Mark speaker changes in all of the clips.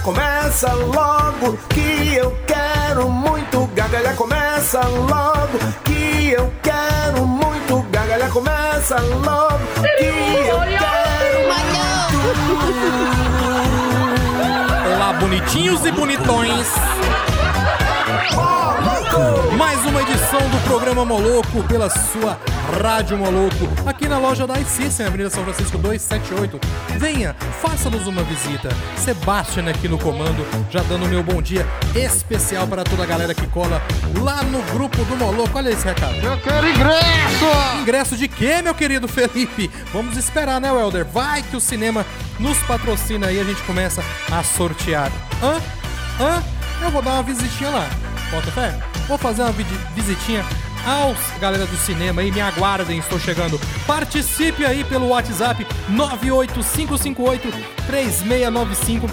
Speaker 1: começa logo que eu quero muito gargalhar começa logo que eu quero muito gargalhar começa logo que eu quero
Speaker 2: Olá, bonitinhos e bonitões! Mais uma edição do programa Moloco pela sua Rádio Moloco, aqui na loja da ICIS, na Avenida São Francisco 278. Venha, faça-nos uma visita. Sebastian aqui no comando, já dando o meu bom dia especial para toda a galera que cola lá no grupo do Moloco. Olha esse recado.
Speaker 3: Eu quero ingresso!
Speaker 2: Ingresso de quê, meu querido Felipe? Vamos esperar, né, Welder? Vai que o cinema nos patrocina aí, a gente começa a sortear. Hã? Hã? Eu vou dar uma visitinha lá. Bota fé? Vou fazer uma vidi- visitinha aos galera do cinema aí, me aguardem, estou chegando. Participe aí pelo WhatsApp 98558 3695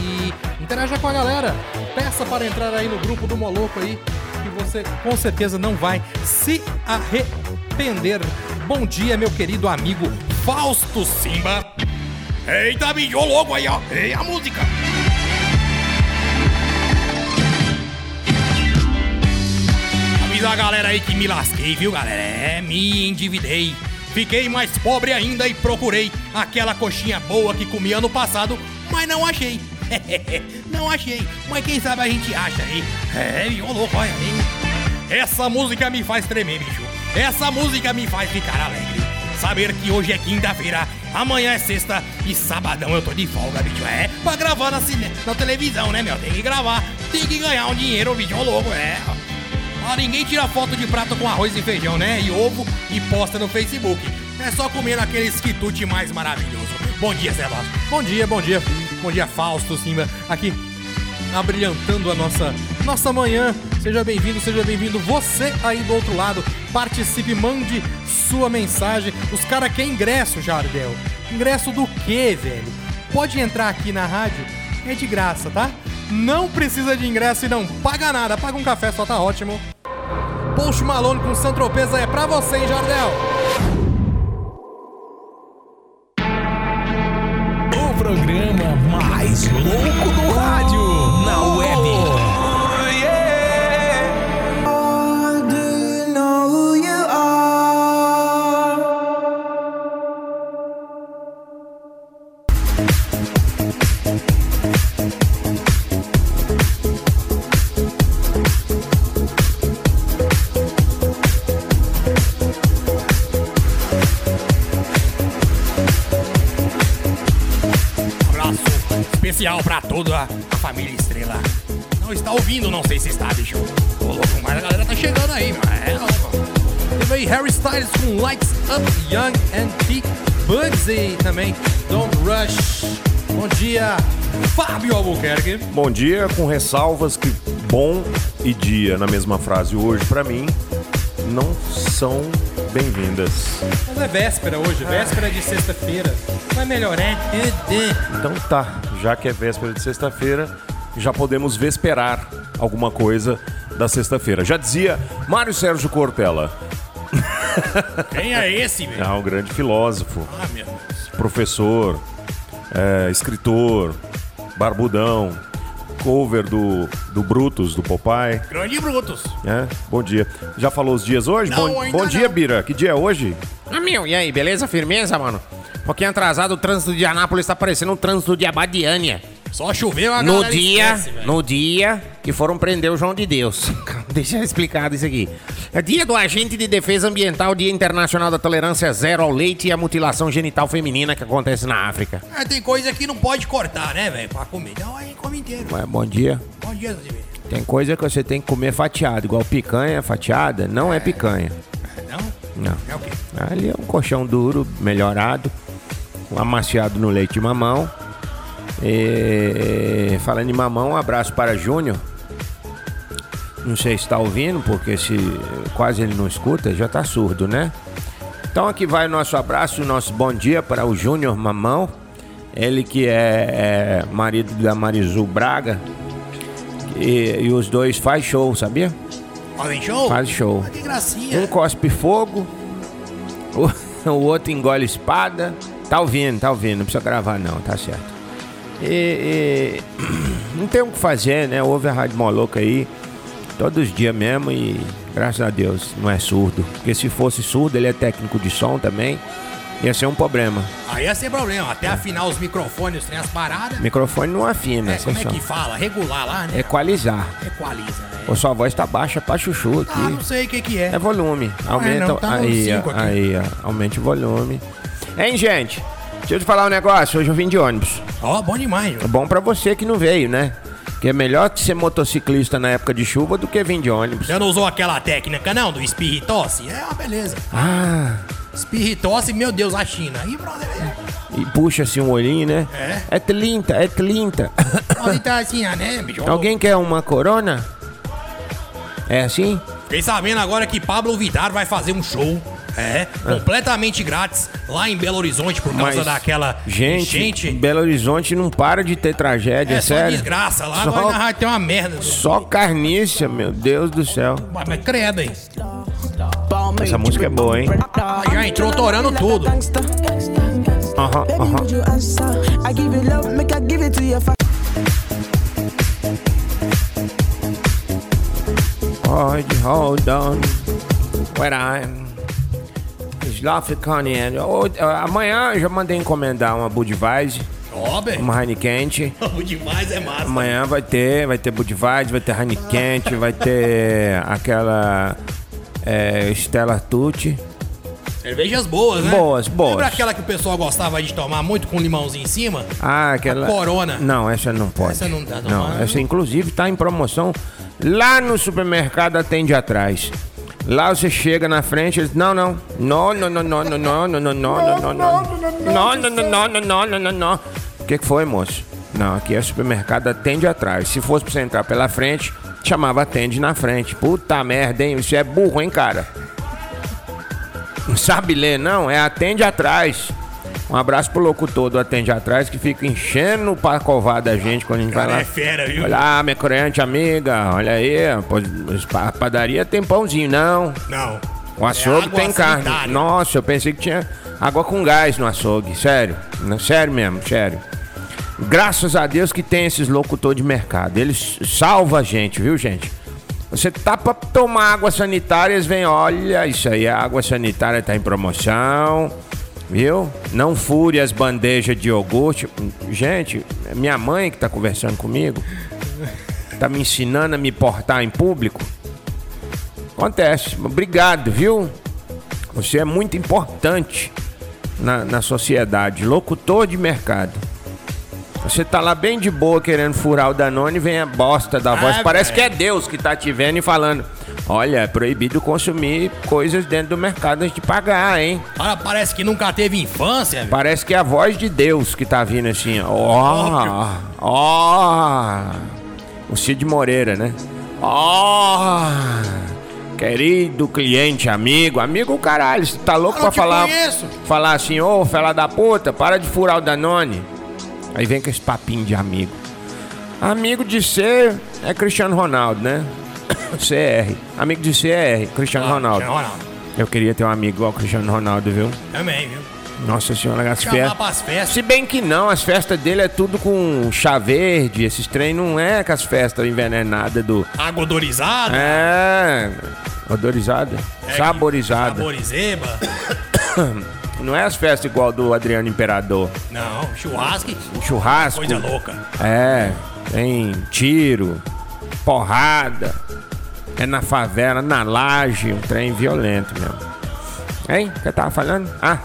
Speaker 2: e interaja com a galera. Peça para entrar aí no grupo do Moloco aí, que você com certeza não vai se arrepender. Bom dia, meu querido amigo Fausto Simba. Eita, mijou logo aí, ó. Ei, a música. Avisa a galera aí que me lasquei, viu, galera? É, me endividei. Fiquei mais pobre ainda e procurei aquela coxinha boa que comi ano passado, mas não achei. não achei, mas quem sabe a gente acha aí. É, ô louco, olha aí. Essa música me faz tremer, bicho. Essa música me faz ficar alegre. Saber que hoje é quinta-feira, amanhã é sexta e sabadão eu tô de folga, bicho. É, pra gravar na, cine- na televisão, né, meu? Tem que gravar, tem que ganhar um dinheiro, bicho. Ô louco, é. Ó, ninguém tira foto de prato com arroz e feijão, né? E ovo e posta no Facebook. É só comer aquele esquitute mais maravilhoso. Bom dia, Sebastião. Bom dia, bom dia. Bom dia, Fausto Simba. Aqui, abrilhantando a nossa, nossa manhã. Seja bem-vindo, seja bem-vindo. Você aí do outro lado, participe, mande sua mensagem. Os caras querem ingresso, Jardel. Ingresso do quê, velho? Pode entrar aqui na rádio é de graça, tá? Não precisa de ingresso e não paga nada. Paga um café só, tá ótimo. Post Malone com Santropeza é pra você, hein, Jardel?
Speaker 4: O programa mais louco do rádio na web.
Speaker 2: Abraço especial pra toda a família Estrela. Não está ouvindo, não sei se está, bicho. Ô, louco, mas a galera tá chegando aí, mano. É, louco. Teve aí Harry Styles com Lights Up, Young and T. Bugsy também, Don't Rush. Bom dia, Fábio Albuquerque.
Speaker 1: Bom dia, com ressalvas que bom e dia na mesma frase hoje pra mim não são bem-vindas.
Speaker 2: Mas é véspera hoje, véspera de sexta-feira. é Vai melhorar tudo.
Speaker 1: Então tá, já que é véspera de sexta-feira, já podemos vesperar alguma coisa da sexta-feira. Já dizia Mário Sérgio Cortella,
Speaker 2: Quem é esse, velho?
Speaker 1: ah, um grande filósofo,
Speaker 2: Ah, meu Deus.
Speaker 1: professor, é, escritor, barbudão, cover do, do Brutus, do Popeye.
Speaker 2: Grande Brutus.
Speaker 1: né? Bom dia. Já falou os dias hoje?
Speaker 2: Não,
Speaker 1: bom
Speaker 2: ainda
Speaker 1: bom dia,
Speaker 2: não.
Speaker 1: Bira. Que dia é hoje?
Speaker 3: Ah, meu, e aí, beleza? Firmeza, mano? Um pouquinho atrasado, o trânsito de Anápolis tá parecendo um trânsito de Abadiânia.
Speaker 2: Só choveu a
Speaker 3: No
Speaker 2: galera
Speaker 3: dia,
Speaker 2: esquece, velho.
Speaker 3: no dia que foram prender o João de Deus. Deixa explicado isso aqui. É dia do agente de defesa ambiental, dia internacional da tolerância zero ao leite e à mutilação genital feminina que acontece na África.
Speaker 2: Ah, tem coisa que não pode cortar, né, velho? Pra comer. Então aí come inteiro.
Speaker 3: Ué, bom dia.
Speaker 2: Bom dia, Zé. Velho.
Speaker 3: Tem coisa que você tem que comer fatiado, igual picanha fatiada, não é picanha.
Speaker 2: Não?
Speaker 3: Não.
Speaker 2: É o quê?
Speaker 3: Ali é um colchão duro, melhorado, um amaciado no leite de mamão. E, falando em mamão, um abraço para Júnior. Não sei se está ouvindo, porque se quase ele não escuta, já está surdo, né? Então aqui vai o nosso abraço, o nosso bom dia para o Júnior Mamão. Ele que é, é marido da Marizu Braga. E, e os dois faz show, sabia?
Speaker 2: Fazem show?
Speaker 3: Faz show.
Speaker 2: Ah, que gracinha.
Speaker 3: Um cospe fogo, o, o outro engole espada. Tá ouvindo, tá ouvindo, não precisa gravar não, tá certo. E, não tem o que fazer, né? Ouve a Rádio Moloca aí todos os dias mesmo e graças a Deus não é surdo. Porque se fosse surdo, ele é técnico de som também, ia ser um problema.
Speaker 2: Aí ia ser problema, até afinar os microfones, tem as paradas.
Speaker 3: Microfone não afina,
Speaker 2: É,
Speaker 3: sem
Speaker 2: como é
Speaker 3: som.
Speaker 2: que fala? Regular lá, né?
Speaker 3: Equalizar.
Speaker 2: Equaliza, né?
Speaker 3: Ou sua voz tá baixa pra chuchu aqui.
Speaker 2: Ah, não sei o que que é.
Speaker 3: É volume. Aumenta.
Speaker 2: Ah, é, não, tá no
Speaker 3: aí, ó,
Speaker 2: cinco aqui.
Speaker 3: aí, ó. Aumente o volume. Hein, gente? Deixa eu te falar um negócio. Hoje eu vim de ônibus.
Speaker 2: Ó, bom demais.
Speaker 3: É bom pra você que não veio, né? Que é melhor ser motociclista na época de chuva do que vir de ônibus.
Speaker 2: Já não usou aquela técnica, não, do espirritose? É uma beleza.
Speaker 3: Ah,
Speaker 2: Espirritose, meu Deus, a China. Aí, brother, é.
Speaker 3: e puxa assim um olhinho, né? É 30, é 30.
Speaker 2: brother tá assim, ah, né, bicho?
Speaker 3: Alguém quer uma corona? É assim?
Speaker 2: Fiquei sabendo agora que Pablo Vittar vai fazer um show. É, completamente grátis lá em Belo Horizonte por causa
Speaker 3: Ah. Mas,
Speaker 2: daquela
Speaker 3: Gente,
Speaker 2: Tá enchente.
Speaker 3: Belo Horizonte não para de ter tragédia,
Speaker 2: É só
Speaker 3: sério.
Speaker 2: desgraça lá,
Speaker 3: Só-
Speaker 2: agora na rádio tem uma merda.
Speaker 3: Só carnícia, meu Deus do céu.
Speaker 2: Mas mas credo, hein?
Speaker 3: Essa música é boa, hein?
Speaker 2: Ah, Já entrou torando tudo.
Speaker 3: Aham, aham. Hold, hold on. Where I'm. Slafconian. né? Amanhã eu já mandei encomendar uma Budweiser,
Speaker 2: Ó, velho.
Speaker 3: uma Heineken.
Speaker 2: O demais é massa.
Speaker 3: Amanhã vai ter, vai ter Budweiser, vai ter Heineken, vai ter aquela é, Stella Tucci.
Speaker 2: Cervejas boas, né?
Speaker 3: Boas, boas.
Speaker 2: Lembra aquela que o pessoal gostava de tomar muito com limãozinho em cima?
Speaker 3: Ah, aquela.
Speaker 2: A Corona.
Speaker 3: Não, essa não pode.
Speaker 2: Essa não dá, não.
Speaker 3: Não, essa inclusive tá em promoção lá no supermercado atende atrás. Lá você chega na frente, eles não, não. Não, não, não, não, não, não, não, não, não, não, não, não, não, não, não, não, não, não, não, não. O que que foi, moço? Não, aqui é supermercado atende atrás. Se fosse pra você entrar pela frente, chamava atende na frente. Puta merda, hein? Isso é burro, hein, cara? Não sabe ler, não? É atende atrás. Um abraço pro locutor do Atende Atrás que fica enchendo o pacová da gente quando a gente vai
Speaker 2: Cara,
Speaker 3: lá.
Speaker 2: é fera, viu?
Speaker 3: Olá, minha corrente amiga, olha aí, pô, a padaria tem pãozinho, não.
Speaker 2: Não.
Speaker 3: O Um açougue
Speaker 2: É água
Speaker 3: tem carne.
Speaker 2: sanitária.
Speaker 3: Nossa, eu pensei que tinha água com gás no açougue, sério. Não, sério mesmo, sério. Graças a Deus que tem esses locutores de mercado. Eles salvam a gente, viu, gente? Você tá pra tomar água sanitária, eles vêm, olha, isso aí, a água sanitária tá em promoção, viu? Não fure as bandejas de iogurte. Gente, é minha mãe que tá conversando comigo, tá me ensinando a me portar em público. Acontece. Obrigado, viu? Você é muito importante na, na sociedade, locutor de mercado. Você tá lá bem de boa querendo furar o Danone, vem a bosta da voz. Parece que é Deus que tá te vendo e falando. Olha, é proibido consumir coisas dentro do mercado antes de pagar, hein?
Speaker 2: Cara, parece que nunca teve infância, velho.
Speaker 3: Parece que é a voz de Deus que tá vindo assim, ó. Ó, ó. O Cid Moreira, né? Ó. Querido cliente, amigo, amigo caralho, você tá louco
Speaker 2: Eu não
Speaker 3: pra
Speaker 2: te
Speaker 3: falar
Speaker 2: conheço.
Speaker 3: falar assim, ô, fela da puta, para de furar o Danone. Aí vem com esse papinho de amigo. Amigo de ser é Cristiano Ronaldo, né? CR. Amigo de ser é R, Cristiano
Speaker 2: Ah,
Speaker 3: Ronaldo.
Speaker 2: Cristiano Ronaldo.
Speaker 3: Eu queria ter um amigo igual o Cristiano Ronaldo, viu?
Speaker 2: Também, viu?
Speaker 3: Nossa senhora, as
Speaker 2: Chamar
Speaker 3: festas.
Speaker 2: pras festas.
Speaker 3: Se bem que não, as festas dele é tudo com chá verde, esses trem não é com as festas envenenadas do.
Speaker 2: Água odorizada.
Speaker 3: É. Odorizada.
Speaker 2: É,
Speaker 3: saborizada.
Speaker 2: Saborizeba.
Speaker 3: Não é as festas igual do Adriano Imperador.
Speaker 2: Não, churrasco.
Speaker 3: Churrasco.
Speaker 2: Coisa louca.
Speaker 3: É, tem tiro, porrada. É na favela, na laje, um trem violento mesmo. Hein? O que eu tava falando? Ah,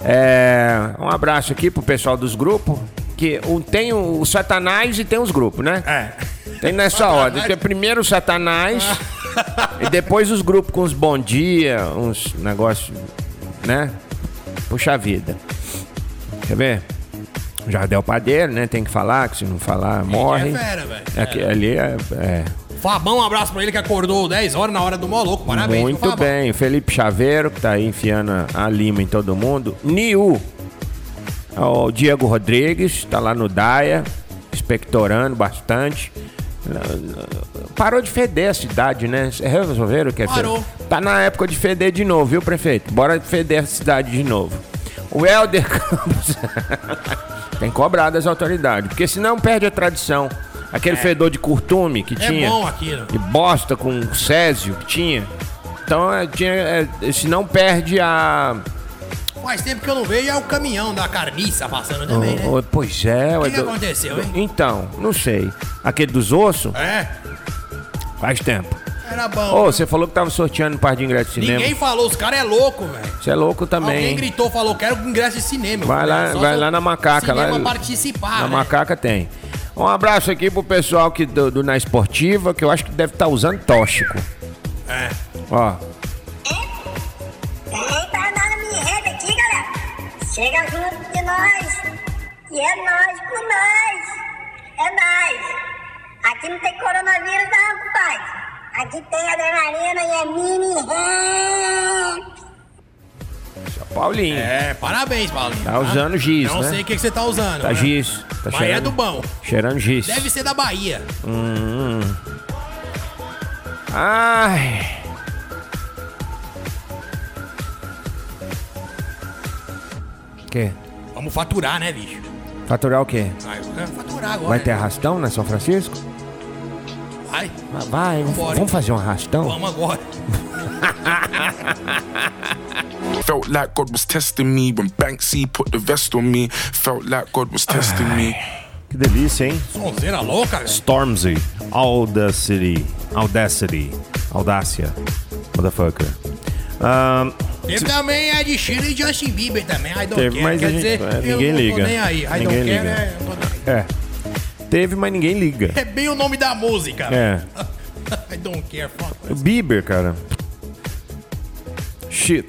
Speaker 3: é. Um abraço aqui pro pessoal dos grupos. Que um, tem o, o Satanás e tem os grupos, né?
Speaker 2: É.
Speaker 3: Tem nessa ordem. Tem primeiro o Satanás
Speaker 2: Ah.
Speaker 3: e depois os grupos com os bom dia, uns negócios, né? Puxa vida. Quer ver? Jardel Padeiro, né? Tem que falar, que se não falar, morre.
Speaker 2: é fera, velho.
Speaker 3: É que ali é, é.
Speaker 2: Fabão, um abraço pra ele que acordou 10 horas na hora do moloco. Parabéns, viu,
Speaker 3: Muito
Speaker 2: Fabão.
Speaker 3: bem. Felipe Chaveiro, que tá aí enfiando a- a lima em todo mundo. Niu. O Diego Rodrigues, tá lá no Daia, inspectorando bastante. Parou de feder a cidade, né? Cê Resolveram que é
Speaker 2: Parou.
Speaker 3: feder? Tá na época de feder de novo, viu, prefeito? Bora feder a cidade de novo. O Helder Campos tem cobrado as autoridades, porque senão perde a tradição. Aquele fedor de curtume que
Speaker 2: É
Speaker 3: tinha.
Speaker 2: bom aquilo.
Speaker 3: E bosta com césio que tinha. Então, é, tinha, é, se não perde a.
Speaker 2: Faz tempo que eu não vejo, é o caminhão da carniça passando também, né?
Speaker 3: Ô, Pois é,
Speaker 2: que
Speaker 3: ué,
Speaker 2: que
Speaker 3: do-
Speaker 2: aconteceu, hein?
Speaker 3: Então, não sei. Aquele dos ossos,
Speaker 2: É,
Speaker 3: faz tempo.
Speaker 2: era bom.
Speaker 3: Ô, você falou que tava sorteando um par de ingressos de cinema.
Speaker 2: Uhum. Ninguém falou, os caras é louco, velho.
Speaker 3: Você é louco também.
Speaker 2: Alguém
Speaker 3: hein?
Speaker 2: gritou, falou, quero ingresso de cinema. né?"
Speaker 3: Vai lá-
Speaker 2: Só
Speaker 3: vai
Speaker 2: se o
Speaker 3: lá na macaca,
Speaker 2: cinema
Speaker 3: lá-
Speaker 2: participar,
Speaker 3: Na
Speaker 2: né?
Speaker 3: macaca tem. Um abraço aqui pro pessoal que do, do Na Esportiva, que eu acho que deve estar usando tóxico.
Speaker 2: É.
Speaker 3: Ó,
Speaker 5: Ninguém tá nada me reta aqui, galera. Chega junto de nós. E é nós com nós. É nós. Aqui não tem coronavírus, não, compadre. Aqui tem adrenalina e é mini rap.
Speaker 3: Paulinho.
Speaker 2: É, parabéns, Paulinho.
Speaker 3: Tá usando giz,
Speaker 2: Não
Speaker 3: né?
Speaker 2: sei o que, que você tá usando.
Speaker 3: Tá
Speaker 2: né?
Speaker 3: giz. Tá
Speaker 2: Mas
Speaker 3: cheirando,
Speaker 2: é do bom.
Speaker 3: Cheirando giz.
Speaker 2: Deve ser da Bahia.
Speaker 3: Ai. Que?
Speaker 2: Vamos faturar, né, bicho?
Speaker 3: Faturar o quê?
Speaker 2: Ah, eu- Faturar agora.
Speaker 3: Vai
Speaker 2: né?
Speaker 3: ter arrastão na São Francisco?
Speaker 2: Vai,
Speaker 3: Ah, Vai, vamos-
Speaker 2: Bora.
Speaker 3: vamos fazer um arrastão?
Speaker 2: vamos agora.
Speaker 6: Felt like God was testing me when Banksy put the vest on me. Felt like God was testing me.
Speaker 7: Que delícia, hein?
Speaker 2: Sonzeira louca, velho.
Speaker 7: Stormzy, Audacity, Audacity, Audácia, motherfucker. Ah, Ahn,
Speaker 2: Teve também a de Sheila e Justin Bieber também. I don't
Speaker 7: Teve,
Speaker 2: care.
Speaker 7: mas
Speaker 2: Quer
Speaker 7: a gente-
Speaker 2: dizer,
Speaker 7: é,
Speaker 2: eu
Speaker 7: ninguém
Speaker 2: não
Speaker 7: liga.
Speaker 2: tô nem aí. I don't
Speaker 7: Ninguém
Speaker 2: care
Speaker 7: liga.
Speaker 2: é, eu tô nem aí.
Speaker 7: é, teve, mas ninguém liga.
Speaker 2: É bem o nome da música.
Speaker 7: É.
Speaker 2: I don't care. fuck.
Speaker 7: O Bieber, cara. Shit.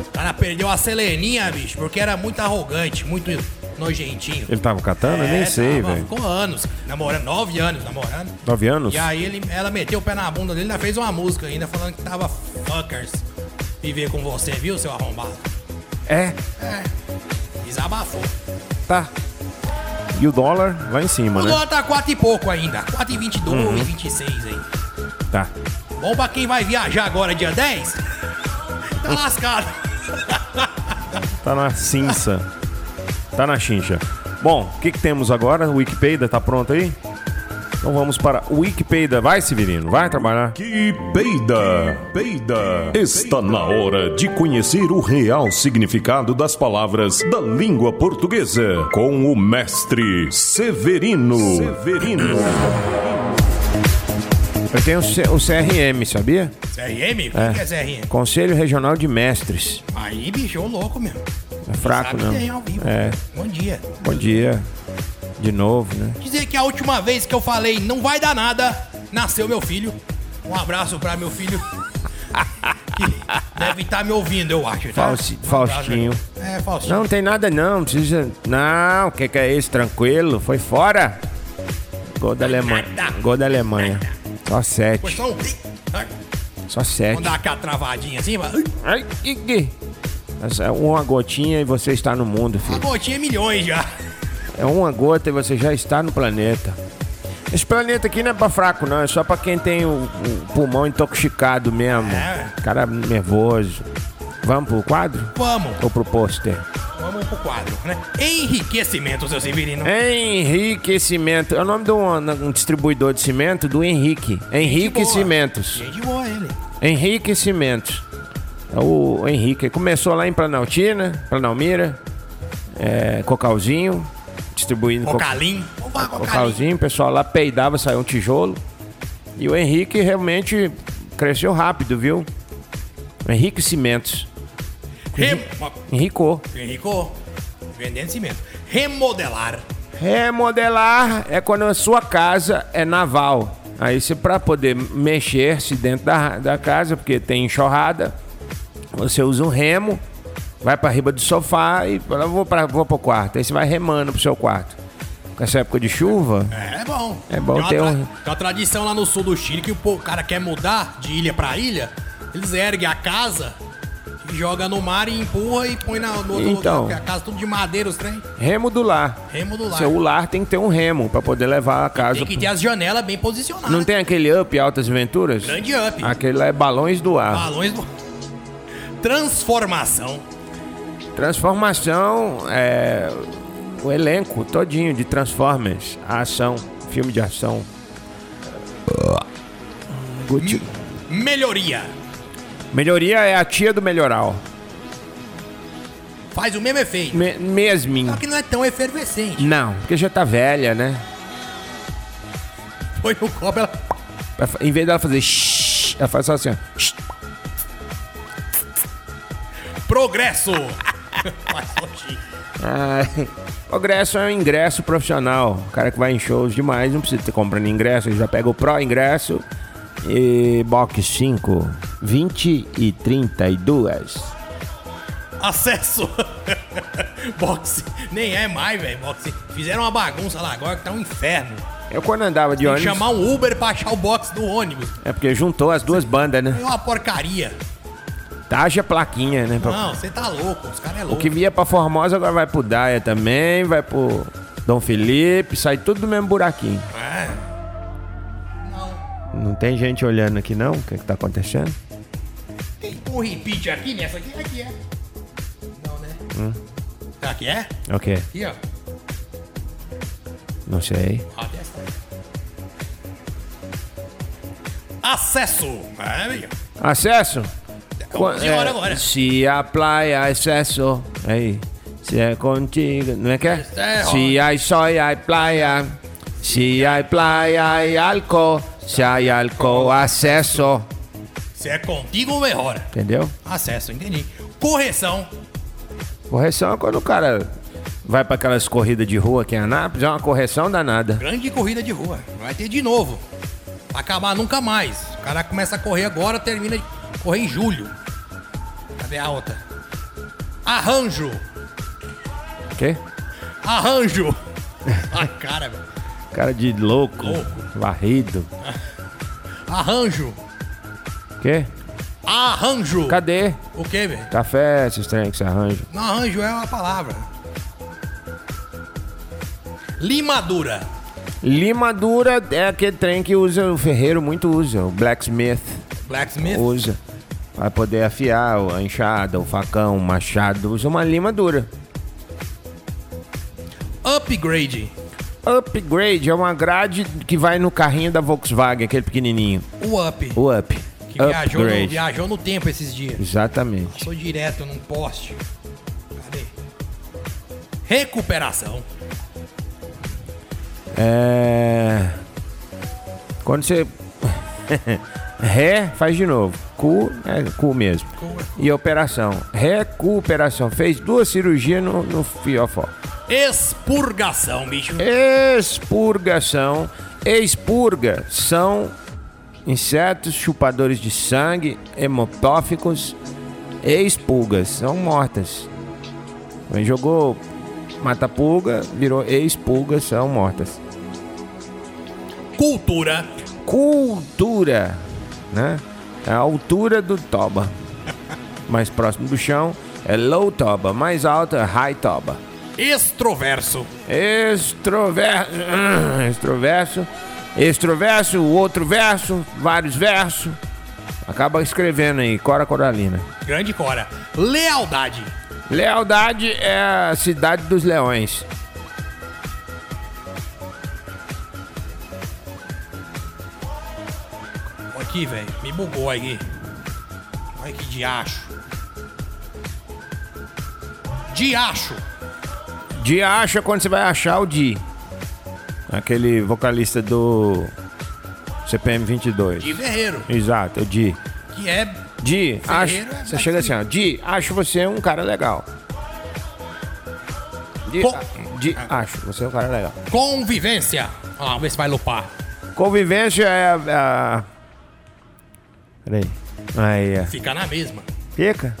Speaker 2: O cara perdeu a Seleninha, bicho, porque era muito arrogante, muito nojentinho.
Speaker 7: Ele tava catando? Eu
Speaker 2: É,
Speaker 7: nem sei,
Speaker 2: tava-
Speaker 7: velho.
Speaker 2: Ficou anos namorando, nove anos namorando.
Speaker 7: Nove anos?
Speaker 2: E aí ele, ela meteu o pé na bunda dele, ainda fez uma música ainda falando que tava fuckers. Viver com você, viu, seu arrombado?
Speaker 7: É,
Speaker 2: Desabafou.
Speaker 7: tá. E o dólar lá em cima,
Speaker 2: O
Speaker 7: né?
Speaker 2: dólar tá quatro e pouco ainda. 4 e 22
Speaker 3: Uhum.
Speaker 2: e 26 aí.
Speaker 7: Tá.
Speaker 2: Bom pra quem vai viajar agora dia 10.
Speaker 3: Hum.
Speaker 2: Tá lascado.
Speaker 7: Tá na cinza. Tá na chincha. Bom, o que, que temos agora? O Wikipedia tá pronto aí? Então vamos para o Wikipedia. Vai, Severino, vai trabalhar.
Speaker 8: Que peida, peida. Está na hora de conhecer o real significado das palavras da língua portuguesa com o mestre Severino. Severino.
Speaker 3: Eu tenho o C- o CRM, sabia?
Speaker 2: CRM? O que que é CRM?
Speaker 3: Conselho Regional de Mestres.
Speaker 2: Aí, bicho, ô louco mesmo.
Speaker 3: É fraco,
Speaker 2: Sabe
Speaker 3: não.
Speaker 2: que tem ao vivo.
Speaker 3: É.
Speaker 2: Bom dia.
Speaker 3: Bom dia. De novo, né?
Speaker 2: Dizer que a última vez que eu falei não vai dar nada, nasceu meu filho. Um abraço pra meu filho. que deve estar me ouvindo, eu acho, tá?
Speaker 3: Fausti-
Speaker 2: Um abraço.
Speaker 3: Faustinho.
Speaker 2: É, Faustinho.
Speaker 3: Não, não tem nada não, não precisa. Não, o que, que é isso? Tranquilo, foi fora. Gol da Alemanha.
Speaker 2: Nada.
Speaker 3: Gol da Alemanha. Só
Speaker 2: Pois
Speaker 3: sete.
Speaker 2: são.
Speaker 3: Só
Speaker 2: Vamos
Speaker 3: sete.
Speaker 2: dar aquela travadinha assim, vai.
Speaker 3: Ai, que, que. Essa é Uma gotinha e você está no mundo,
Speaker 2: A
Speaker 3: filho.
Speaker 2: gotinha é milhões já.
Speaker 3: É uma gota e você já está no planeta. Esse planeta aqui não é pra fraco, não. É só pra quem tem o, o pulmão intoxicado mesmo.
Speaker 2: É.
Speaker 3: Cara nervoso. Vamos pro quadro?
Speaker 2: Vamos,
Speaker 3: Ou pro pôster?
Speaker 2: vamos pro quadro, né? Enriquecimento, seu Severino.
Speaker 3: É. Enriquecimento. É o nome de um, um distribuidor de cimento do Henrique. Henrique
Speaker 2: boa.
Speaker 3: Cimentos.
Speaker 2: Gente boa ele.
Speaker 3: Henrique Cimentos. É O Henrique começou lá em Planaltina, Planalmira, é, Cocalzinho, distribuindo co-
Speaker 2: Cocalim. Vamos lá, Cocalim.
Speaker 3: Cocalzinho. O pessoal lá peidava, saiu um tijolo. E o Henrique realmente cresceu rápido, viu? O Henrique Cimentos.
Speaker 2: Remo...
Speaker 3: Henricou.
Speaker 2: Henrico, vendendo cimento. Remodelar.
Speaker 3: Remodelar é quando a sua casa é naval. Aí você, para poder mexer-se dentro da, da casa, porque tem enxurrada, você usa um remo, vai para riba do sofá e fala, vou, pra, vou pro quarto. Aí você vai remando pro seu quarto. Nessa época de chuva,
Speaker 2: É bom.
Speaker 3: É bom
Speaker 2: tem uma,
Speaker 3: ter
Speaker 2: tra-
Speaker 3: um-
Speaker 2: tem uma tradição lá no sul do Chile que o, po- o cara quer mudar de ilha pra ilha, eles erguem a casa, joga no mar e empurra e põe na, no outro
Speaker 3: Então.
Speaker 2: lugar. porque A casa é tudo de madeira, os trem.
Speaker 3: remo do lar.
Speaker 2: Remo do lar.
Speaker 3: Seu lar tem que ter um remo para poder levar a casa.
Speaker 2: Tem que ter as janelas bem posicionadas.
Speaker 3: Não tem aquele up Altas Aventuras?
Speaker 2: Grande up.
Speaker 3: Aquele lá é balões do ar.
Speaker 2: Balões do... Transformação.
Speaker 3: Transformação é o elenco todinho de Transformers, a ação, filme de ação. Guti.
Speaker 2: Melhoria.
Speaker 3: Melhoria é a tia do melhoral.
Speaker 2: Faz o mesmo efeito.
Speaker 3: Me mesminho.
Speaker 2: Só que não é tão efervescente.
Speaker 3: Não, porque já tá velha, né?
Speaker 2: Põe no copo, ela...
Speaker 3: Ela fa- Em vez dela fazer shhh, ela faz só assim, ó. shhh.
Speaker 2: Progresso. Faz longe.
Speaker 3: Ah, Progresso é um ingresso profissional. O cara que vai em shows demais não precisa ter comprando ingresso, ele já pega o Pro ingresso e box 5, 20 e 32.
Speaker 2: Acesso. Boxe. Nem é mais, velho. Boxe. Fizeram uma bagunça lá agora que tá um inferno.
Speaker 3: Eu quando andava de
Speaker 2: Tem que
Speaker 3: ônibus,
Speaker 2: chamar um Uber pra achar o box do ônibus.
Speaker 3: é porque juntou as duas bandas, né?
Speaker 2: É uma porcaria.
Speaker 3: Taja plaquinha, né? pra-
Speaker 2: Não, você tá louco. Os caras é
Speaker 3: O
Speaker 2: louco.
Speaker 3: que via pra Formosa agora vai pro Daia também, vai pro Dom Felipe, sai tudo do mesmo buraquinho.
Speaker 2: É.
Speaker 3: Não tem gente olhando aqui não? O que, que tá acontecendo?
Speaker 2: Tem um repeat aqui nessa aqui? Aqui é. Não, né?
Speaker 3: Hum.
Speaker 2: Aqui é?
Speaker 3: Ok,
Speaker 2: Aqui, ó.
Speaker 3: não sei.
Speaker 2: Ah, dessa. Acesso! É, meu.
Speaker 3: Acesso?
Speaker 2: Onze
Speaker 3: É,
Speaker 2: horas Então, agora.
Speaker 3: Se a praia é excesso, aí. Se é contigo, não é que é?
Speaker 2: É,
Speaker 3: Se a soia é praia, se a praia é álcool, se há álcool, acesso.
Speaker 2: Se é contigo, melhora.
Speaker 3: Entendeu?
Speaker 2: Acesso, entendi. Correção.
Speaker 3: Correção é quando o cara vai pra aquelas corridas de rua aqui em Anápolis, é uma correção danada.
Speaker 2: Grande corrida de rua. Vai ter de novo. Vai acabar nunca mais. O cara começa a correr agora, termina de correr em julho. Cadê a outra? Arranjo.
Speaker 3: Quê?
Speaker 2: Arranjo. Ai, cara, velho.
Speaker 3: Cara de louco,
Speaker 2: Louco.
Speaker 3: varrido.
Speaker 2: Arranjo.
Speaker 3: Quê?
Speaker 2: Arranjo.
Speaker 3: Cadê?
Speaker 2: O que, velho?
Speaker 3: Café, esses trem que se arranja.
Speaker 2: Não, arranjo é uma palavra. Limadura.
Speaker 3: Limadura é aquele trem que usa, o ferreiro muito usa, o blacksmith.
Speaker 2: Blacksmith.
Speaker 3: usa para poder afiar o- a enxada, o facão, o machado, usa uma lima dura.
Speaker 2: Upgrade.
Speaker 3: Upgrade é uma grade que vai no carrinho da Volkswagen, aquele pequenininho.
Speaker 2: O up.
Speaker 3: O up.
Speaker 2: Que viajou no,
Speaker 3: Upgrade.
Speaker 2: viajou no tempo esses dias.
Speaker 3: Exatamente.
Speaker 2: Passou direto num poste. Cadê? Recuperação.
Speaker 3: É... Quando você ré, faz de novo. Cu é cu mesmo. E operação. Recuperação. Fez duas cirurgias no, no fiofó.
Speaker 2: Expurgação, bicho.
Speaker 3: Expurgação. Expurga são insetos chupadores de sangue, hemotóficos e expulgas. São mortas. Quem jogou mata-pulga, virou expulgas, são mortas.
Speaker 2: Cultura.
Speaker 3: Cultura, né? É a altura do toba. Mais próximo do chão é low toba, mais alta é high toba.
Speaker 2: Extroverso.
Speaker 3: Extroverso. hum, Extroverso. Extroverso, o outro verso, vários versos. Acaba escrevendo aí, Cora Coralina.
Speaker 2: Grande cora. Lealdade.
Speaker 3: Lealdade é a cidade dos leões.
Speaker 2: Aqui, velho. Me bugou aí. Olha que diacho. Diacho.
Speaker 3: De acha quando você vai achar o Di. Aquele vocalista do CPM 22.
Speaker 2: De ferreiro.
Speaker 3: Exato, o Di.
Speaker 2: Que é.
Speaker 3: Di, acho.
Speaker 2: Ferreiro é
Speaker 3: Você chega assim, ó. Di, acho você um cara legal. Di,
Speaker 2: Pô.
Speaker 3: a- Di, acho você um cara legal.
Speaker 2: Convivência. Ó, vamos ver se vai lupar.
Speaker 3: Convivência é a. a... Peraí. Aí, é.
Speaker 2: Fica na mesma.
Speaker 3: Pica?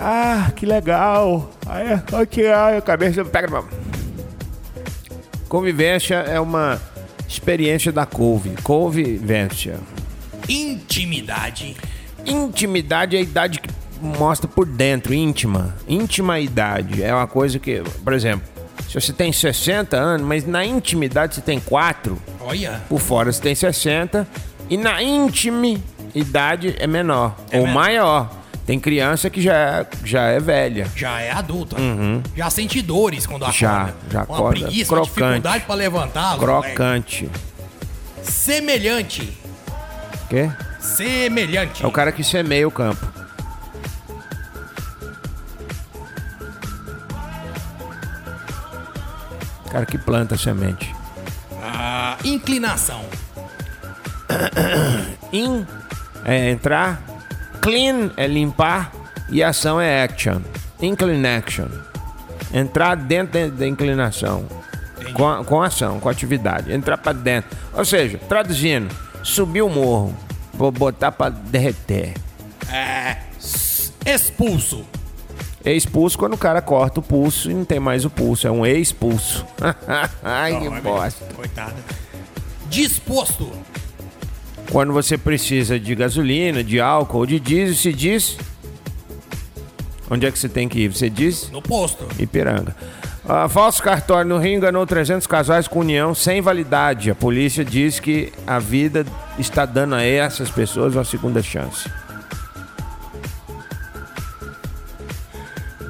Speaker 3: Ah, que legal. Aí é só tirar a cabeça. Pega na mão. Convivência é uma experiência da couve. Convivência.
Speaker 2: Intimidade.
Speaker 3: Intimidade é a idade que mostra por dentro, íntima. Íntima idade. É uma coisa que, por exemplo, se você tem 60 anos, mas na intimidade você tem 4,
Speaker 2: Olha.
Speaker 3: por fora você tem 60 e na intimidade é menor ou
Speaker 2: menor.
Speaker 3: maior. Tem criança que já, já é velha.
Speaker 2: Já é adulta. Já sente dores quando acorda.
Speaker 3: Uhum. Já, já
Speaker 2: Uma
Speaker 3: acorda
Speaker 2: preguiça,
Speaker 3: crocante.
Speaker 2: uma dificuldade pra levantar. moleque.
Speaker 3: Crocante.
Speaker 2: Semelhante.
Speaker 3: Quê?
Speaker 2: Semelhante.
Speaker 3: É o cara que semeia o campo. Cara que planta semente.
Speaker 2: Ah, inclinação.
Speaker 3: In é entrar, clean é limpar e ação é action. Inclination. Entrar dentro da- da inclinação. Com, a- com ação, com atividade. Entrar pra dentro. Ou seja, traduzindo, subir o morro. Vou botar pra derreter.
Speaker 2: É, s- expulso.
Speaker 3: É expulso quando o cara corta o pulso e não tem mais o pulso. É um expulso. Ai,
Speaker 2: Não,
Speaker 3: que
Speaker 2: é
Speaker 3: bosta.
Speaker 2: mesmo. Coitado. Disposto.
Speaker 3: Quando você precisa de gasolina, de álcool, de diesel, se diz. Onde é que você tem que ir? Você diz?
Speaker 2: No posto.
Speaker 3: Ipiranga. Ah, falso cartório no Rio enganou 300 casais com união sem validade. A polícia diz que a vida está dando a essas pessoas uma segunda chance.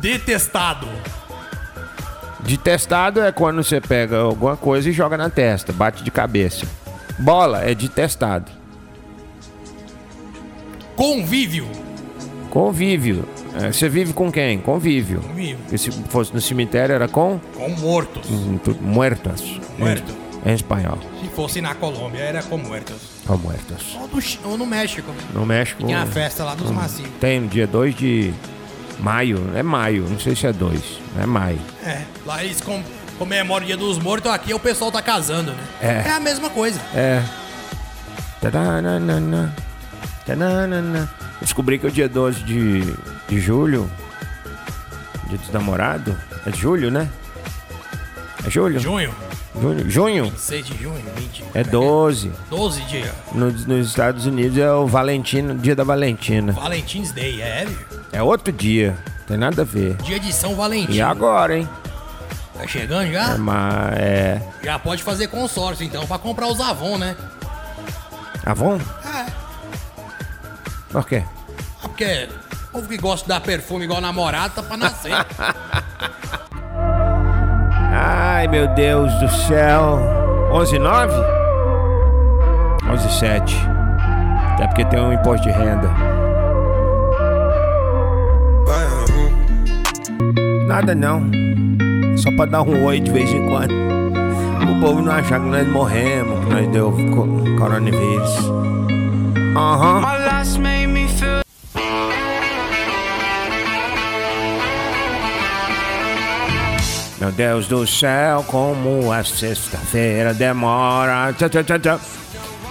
Speaker 2: Detestado.
Speaker 3: De testado é quando você pega alguma coisa e joga na testa, bate de cabeça. Bola é de testado.
Speaker 2: Convívio.
Speaker 3: Convívio. É, você vive com quem? Convívio.
Speaker 2: Convívio.
Speaker 3: Porque se fosse no cemitério era com
Speaker 2: Com mortos.
Speaker 3: Hum. muertos.
Speaker 2: Muerto.
Speaker 3: Em, em espanhol,
Speaker 2: Se fosse na Colômbia, era com mortos.
Speaker 3: com muertos.
Speaker 2: Ou, do Chi- ou no México.
Speaker 3: No México. é.
Speaker 2: Tinha a festa lá
Speaker 3: Hum.
Speaker 2: dos macios.
Speaker 3: Tem dia 2 de maio. É maio, não sei se é 2. É maio.
Speaker 2: É, lá eles com, comemoram o dia dos mortos, aqui o pessoal tá casando, né?
Speaker 3: É.
Speaker 2: é a mesma coisa.
Speaker 3: É. Tadananá. Tadananá. Descobri que o dia 12 de, de julho, dia dos namorados, é julho, né? É julho?
Speaker 2: Junho,
Speaker 3: Junho. Junho?
Speaker 2: 6 de junho, 20.
Speaker 3: É 12.
Speaker 2: 12 de
Speaker 3: No- nos Estados Unidos é o Valentino, dia da Valentina.
Speaker 2: Valentins Day, é, viu?
Speaker 3: É outro dia, tem nada a ver.
Speaker 2: Dia de São
Speaker 3: E
Speaker 2: Valentim.
Speaker 3: agora, hein?
Speaker 2: Tá chegando já?
Speaker 3: Mas é.
Speaker 2: Já pode fazer consórcio então pra comprar os Avon, né?
Speaker 3: Avon?
Speaker 2: É,
Speaker 3: Por quê?
Speaker 2: é porque o povo que gosta de dar perfume igual namorado tá pra nascer.
Speaker 3: Ai, meu Deus do céu. 11 e 9? 11 e 7. Até porque tem um imposto de renda. Nada não. Só pra dar um oi de vez em quando. O povo não achar que nós morremos, que nós deu co- coronavírus. Aham. Meu Deus do céu, como a sexta-feira demora. Tchau, tchau, tchau, tchau.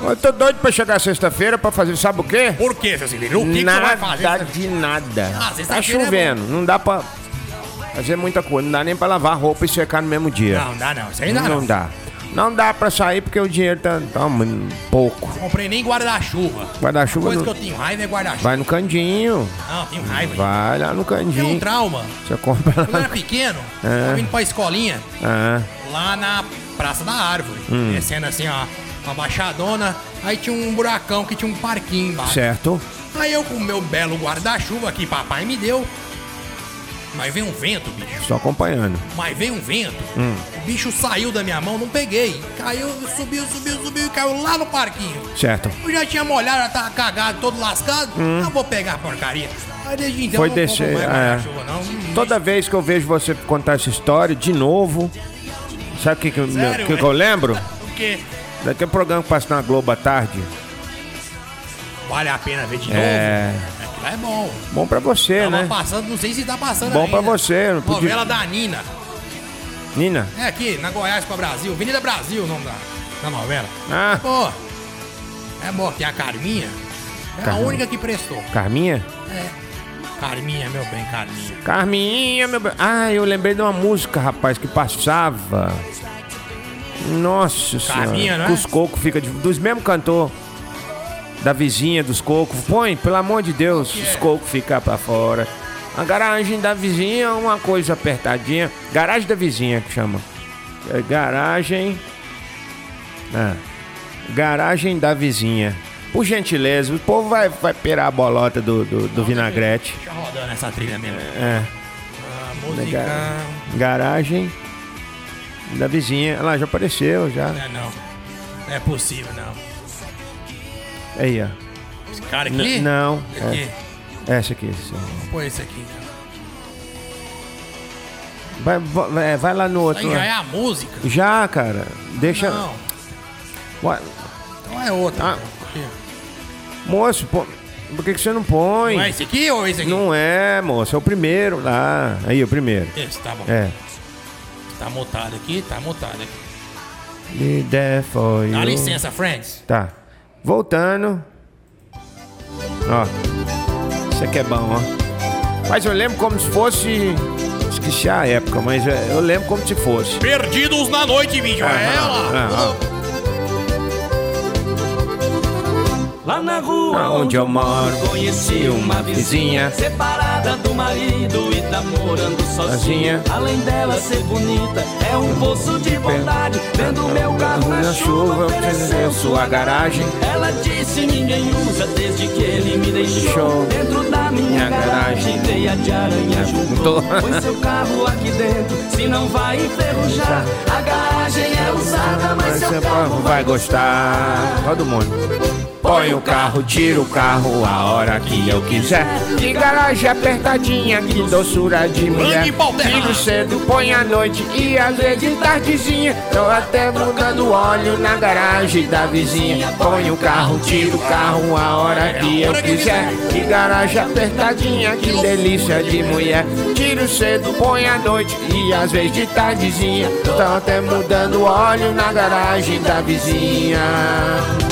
Speaker 3: Eu tô doido pra chegar sexta-feira pra fazer, sabe o quê?
Speaker 2: Por quê, seu Cilindro? O que, que você vai fazer?
Speaker 3: Nada de nada.
Speaker 2: Ah,
Speaker 3: tá
Speaker 2: sexta-feira é
Speaker 3: chovendo, não dá pra fazer muita coisa. Não dá nem pra lavar roupa e secar no mesmo dia.
Speaker 2: Não, dá não. Isso aí dá não.
Speaker 3: não dá. Não dá pra sair porque o dinheiro tá, tá muito pouco.
Speaker 2: Comprei nem guarda-chuva.
Speaker 3: Guarda-chuva
Speaker 2: Coisa
Speaker 3: não...
Speaker 2: que eu tenho raiva é guarda-chuva.
Speaker 3: Vai no candinho,
Speaker 2: Não, eu tenho raiva.
Speaker 3: vai lá no
Speaker 2: Tem um Né?
Speaker 3: candinho.
Speaker 2: trauma.
Speaker 3: Você compra
Speaker 2: Quando eu
Speaker 3: lá.
Speaker 2: era pequeno,
Speaker 3: É.
Speaker 2: tava indo pra escolinha,
Speaker 3: Ah,
Speaker 2: lá na Praça da Árvore. Descendo assim, ó, uma baixadona. Aí tinha um buracão que tinha um parquinho embaixo.
Speaker 3: certo?
Speaker 2: Aí eu com o meu belo guarda-chuva que papai me deu. Mas veio um vento, bicho.
Speaker 3: Só acompanhando.
Speaker 2: Mas veio um vento.
Speaker 3: Hum.
Speaker 2: O bicho saiu da minha mão, não peguei. Caiu, subiu, subiu, subiu e caiu lá no parquinho.
Speaker 3: Certo.
Speaker 2: Eu já tinha molhado, já tava cagado, todo lascado. Eu vou pegar a porcaria. Aí desde então
Speaker 3: Hum. Foi
Speaker 2: eu não
Speaker 3: descer,
Speaker 2: compro mais
Speaker 3: é.
Speaker 2: guarda-chuva, não. Hum,
Speaker 3: Toda vez que eu vejo você contar essa história, de novo. Sabe o que, que, eu-
Speaker 2: Sério,
Speaker 3: que, que
Speaker 2: é?
Speaker 3: eu lembro?
Speaker 2: Porque
Speaker 3: Daquele programa que passa na Globo à tarde.
Speaker 2: vale a pena ver de novo.
Speaker 3: É.
Speaker 2: Aquilo lá é bom.
Speaker 3: Bom pra você,
Speaker 2: Tava
Speaker 3: né?
Speaker 2: passando, não sei se tá passando
Speaker 3: Bom
Speaker 2: É ainda.
Speaker 3: pra você, não podia-
Speaker 2: Novela da Nina.
Speaker 3: Nina?
Speaker 2: É aqui, na Goiás pra Brasil. Avenida Brasil, o nome da, da novela.
Speaker 3: Ah,
Speaker 2: Pô, é bom que a Carminha é a
Speaker 3: Carminha.
Speaker 2: única que prestou.
Speaker 3: Carminha?
Speaker 2: Carminha, meu bem, Carminha.
Speaker 3: Carminha, meu. bra- Ah, eu lembrei de uma música, rapaz, que passava. Nossa
Speaker 2: Carminha,
Speaker 3: senhora.
Speaker 2: né?
Speaker 3: Que os cocos ficam. de- Dos mesmos cantor. Da vizinha dos cocos. Põe, pelo amor de Deus, os cocos ficam pra fora. A garagem da vizinha é uma coisa apertadinha. Garagem da vizinha que chama. É garagem. Ah. Garagem É. da vizinha. Por gentileza, o povo vai, vai peirar a bolota do, do, do vinagrete.
Speaker 2: Deixa rodando essa trilha mesmo.
Speaker 3: É.
Speaker 2: A
Speaker 3: Ga-
Speaker 2: música.
Speaker 3: Garagem da vizinha. Olha lá, já apareceu, já.
Speaker 2: É, não. Não é possível, não.
Speaker 3: Aí, ó.
Speaker 2: Esse cara aqui?
Speaker 3: N- não.
Speaker 2: Aqui.
Speaker 3: É, Essa aqui. essa.
Speaker 2: Põe esse aqui. então.
Speaker 3: Vai, vai, é, vai lá no outro.
Speaker 2: Aí já
Speaker 3: lá.
Speaker 2: é a música?
Speaker 3: Já, cara. Deixa.
Speaker 2: Não.
Speaker 3: Ué,
Speaker 2: Então é outra.
Speaker 3: Ah. moço, pô, por que, que você não põe?
Speaker 2: Não é esse aqui ou esse aqui?
Speaker 3: Não é, moço. É o primeiro lá. Aí, o primeiro.
Speaker 2: Esse, tá bom.
Speaker 3: É.
Speaker 2: Tá mutado aqui, tá mutado aqui.
Speaker 3: Me der foi.
Speaker 2: Dá
Speaker 3: o-
Speaker 2: licença, friends.
Speaker 3: Tá. Voltando. Ó. Isso aqui é bom, ó. Mas eu lembro como se fosse. Esqueci a época, mas é, eu lembro como se fosse.
Speaker 2: Perdidos na noite, bicho. é ela.
Speaker 3: Ah, ah.
Speaker 9: Lá na rua
Speaker 3: Ah, onde eu moro,
Speaker 9: conheci uma vizinha Separada do marido e tá morando sozinha
Speaker 3: Sozinha.
Speaker 9: Além dela ser bonita, é um poço de bondade Vendo meu carro na chuva,
Speaker 3: Na chuva,
Speaker 9: ofereceu
Speaker 3: ofereceu
Speaker 9: sua
Speaker 3: sua
Speaker 9: garagem Ela disse ninguém usa desde que ele me deixou
Speaker 3: Deixou.
Speaker 9: Dentro da minha
Speaker 3: Minha
Speaker 9: garagem,
Speaker 3: garagem.
Speaker 9: teia de aranha juntou
Speaker 3: Juntou.
Speaker 9: Põe seu carro aqui dentro, se não vai enferrujar A garagem é usada, mas
Speaker 3: Mas
Speaker 9: seu
Speaker 3: seu
Speaker 9: carro
Speaker 3: povo
Speaker 9: vai
Speaker 3: vai gostar. Todo mundo. Põe o carro, tira o carro a hora que eu quiser. De garagem apertadinha, que doçura de mulher.
Speaker 2: Grande Balterra.
Speaker 3: Tiro cedo, põe à noite e às vezes tardezinha. Tô até mudando óleo na garagem da vizinha. Põe o carro, tira o carro a hora que eu quiser. De garagem apertadinha, que delícia de mulher. Tiro cedo, põe à noite e às vezes de tardezinha. Tô até mudando óleo na garagem da vizinha. ah.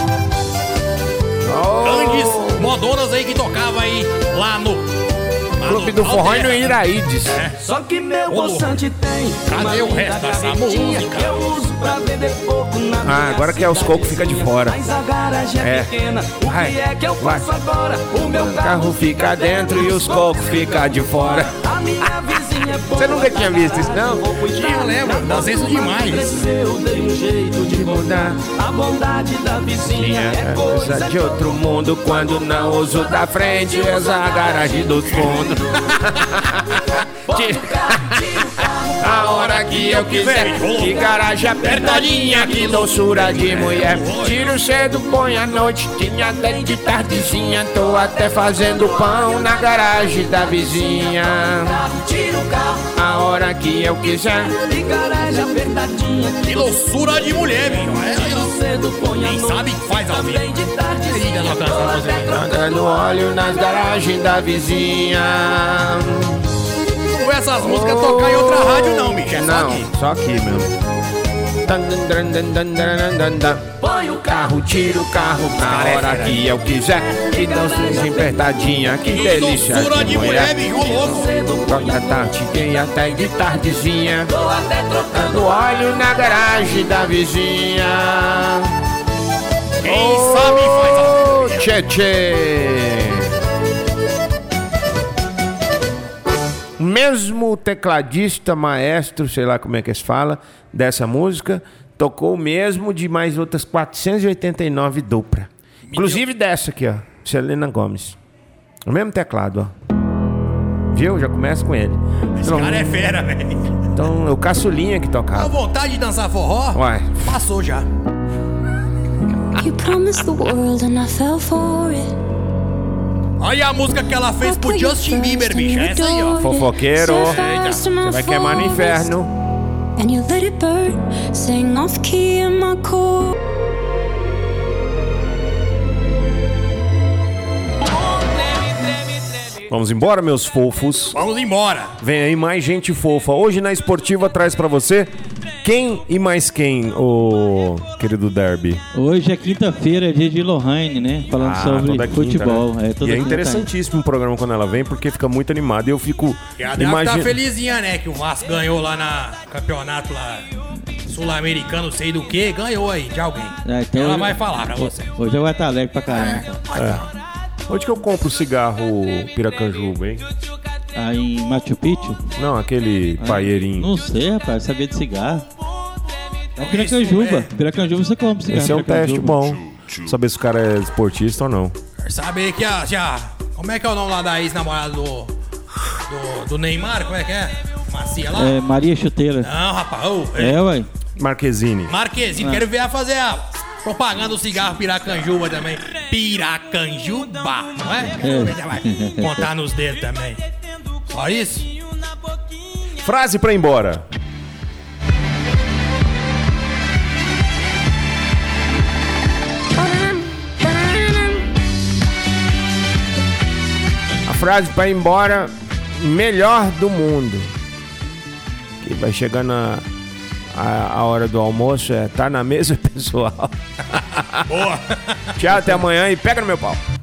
Speaker 2: Grandes modonas aí que tocava aí lá no. lá
Speaker 3: Clube
Speaker 2: no
Speaker 3: do Forró e no
Speaker 2: Valterra.
Speaker 3: Iraides.
Speaker 9: Só que meu
Speaker 2: Ô,
Speaker 9: bolsante tem uma
Speaker 2: cadê o
Speaker 9: linda
Speaker 2: resto dessa
Speaker 9: gavetinha
Speaker 2: música?
Speaker 9: Que eu uso pra vender pouco na minha
Speaker 3: agora que é os
Speaker 9: cidade
Speaker 3: cocos fica de
Speaker 9: vizinha.
Speaker 3: fora.
Speaker 9: Mas a garagem é,
Speaker 3: É.
Speaker 9: pequena O que
Speaker 3: Vai,
Speaker 9: é que eu
Speaker 3: vai.
Speaker 9: faço agora? O meu
Speaker 3: O carro fica dentro e os cocos ficam de fora.
Speaker 9: A minha vizinha é boa
Speaker 3: Você nunca tinha
Speaker 9: da
Speaker 3: visto isso, não?
Speaker 9: garagem, vou cuidar.
Speaker 2: Eu lembro,
Speaker 9: Na
Speaker 2: das vezes
Speaker 9: próxima
Speaker 2: demais.
Speaker 9: Cresceu, dei um jeito de mudar A bondade da vizinha é coisa de outro
Speaker 3: mundo quando não uso da frente, usa a garagem dos fundos. a hora que eu quiser, de garagem apertadinha, que doçura
Speaker 9: É,
Speaker 3: de mulher. Tiro cedo, põe à noite, tinha até de tardezinha. Tô até fazendo pão na garagem da vizinha.
Speaker 9: Tira o carro,
Speaker 3: A hora que eu quiser.
Speaker 9: de garagem apertadinha
Speaker 2: Que doçura de mulher, bicho.
Speaker 9: Tiro
Speaker 2: É,
Speaker 9: cedo, põe a
Speaker 2: Quem
Speaker 9: noite,
Speaker 2: sabe faz ao vivo.
Speaker 9: Também de tarde,
Speaker 2: Liga lá pra essa música né? aí.
Speaker 3: Andando óleo nas garagens da vizinha.
Speaker 2: Não vou essas músicas tocar em outra rádio, não, bicho. É só
Speaker 3: não,
Speaker 2: aqui.
Speaker 3: só aqui mesmo.
Speaker 9: Põe o carro
Speaker 3: Carro, tiro o carro na
Speaker 2: Cara, é
Speaker 3: hora
Speaker 2: fera.
Speaker 3: que eu quiser. Que dança apertadinha, que
Speaker 2: Que
Speaker 3: delícia
Speaker 2: doçura de mulher, bicho. Ô, louco.
Speaker 9: cedo, põe
Speaker 3: Toda tarde, tem até de tardezinha.
Speaker 9: Tô até trocando
Speaker 3: Dando óleo na garagem da vizinha.
Speaker 2: Quem sabe faz ao
Speaker 3: Ô, Tchê, tchê. mesmo o tecladista, maestro, sei lá como é que se fala, dessa música, tocou o mesmo de mais outras 489 dupla. Inclusive dessa aqui, ó. Selena Gomes. O mesmo teclado, ó. Viu? Já começa com ele.
Speaker 2: Esse
Speaker 3: Então,
Speaker 2: cara é fera, velho.
Speaker 3: então, o caçulinha que
Speaker 2: A
Speaker 3: tocava.
Speaker 2: vontade de dançar forró
Speaker 3: Ué.
Speaker 2: passou já.
Speaker 10: You promised the world and I fell for it.
Speaker 2: Aí a música que ela fez pro Justin Bieber, bicho. É essa aí, ó.
Speaker 3: Fofoqueiro. Você
Speaker 10: Você
Speaker 3: vai queimar no inferno.
Speaker 10: And you let it burn, sing off key in my core.
Speaker 7: Vamos embora, meus fofos.
Speaker 2: Vamos embora.
Speaker 7: Vem aí mais gente fofa. Hoje na Esportiva traz pra você quem e mais quem, ô querido Derby.
Speaker 11: Hoje é quinta-feira, dia de Lohane, né? Falando sobre
Speaker 7: toda quinta,
Speaker 11: futebol.
Speaker 7: né?
Speaker 11: É, toda
Speaker 7: e é
Speaker 11: quinta.
Speaker 7: interessantíssimo o programa quando ela vem, porque fica muito animado e eu fico
Speaker 2: E a Débora tá
Speaker 7: imaginando.
Speaker 2: felizinha, né? Que o Vasco ganhou lá na campeonato lá sul-americano, sei do que, ganhou aí de alguém.
Speaker 11: É, então
Speaker 2: Ela
Speaker 11: eu-
Speaker 2: vai falar pra você.
Speaker 11: Hoje eu vou estar alegre pra caramba. então.
Speaker 7: Onde que eu compro cigarro piracanjuba, hein?
Speaker 11: Aí em Machu Picchu.
Speaker 7: Não, aquele paeirinho.
Speaker 11: É. Não sei, rapaz, sabia de cigarro. É o
Speaker 2: Isso,
Speaker 11: Piracanjuba.
Speaker 2: é.
Speaker 11: Piracanjuba você compra cigarro.
Speaker 7: Esse é um teste
Speaker 11: Piracanjuba.
Speaker 7: bom. Saber se o cara é esportista ou não.
Speaker 2: Quero saber que a. se a- como é que é o nome lá da ex-namorada do, do. do Neymar? Como é que é? Macia lá?
Speaker 11: É, Maria Chuteira.
Speaker 2: Não, rapaz. ô, é.
Speaker 11: É, ué.
Speaker 7: Marquezine.
Speaker 2: Marquezinho,
Speaker 11: Ah.
Speaker 2: quero ver ela fazer a propaganda do cigarro Piracanjuba também. Piracanjuba, não é? Quero ver se ela vai Contar nos dedos também. Só isso?
Speaker 7: Frase pra ir embora.
Speaker 3: A frase pra ir embora, melhor do mundo. Que vai chegando a, a, a hora do almoço, é tá na mesa, pessoal.
Speaker 2: Boa.
Speaker 3: Tchau, até amanhã e pega no meu pau.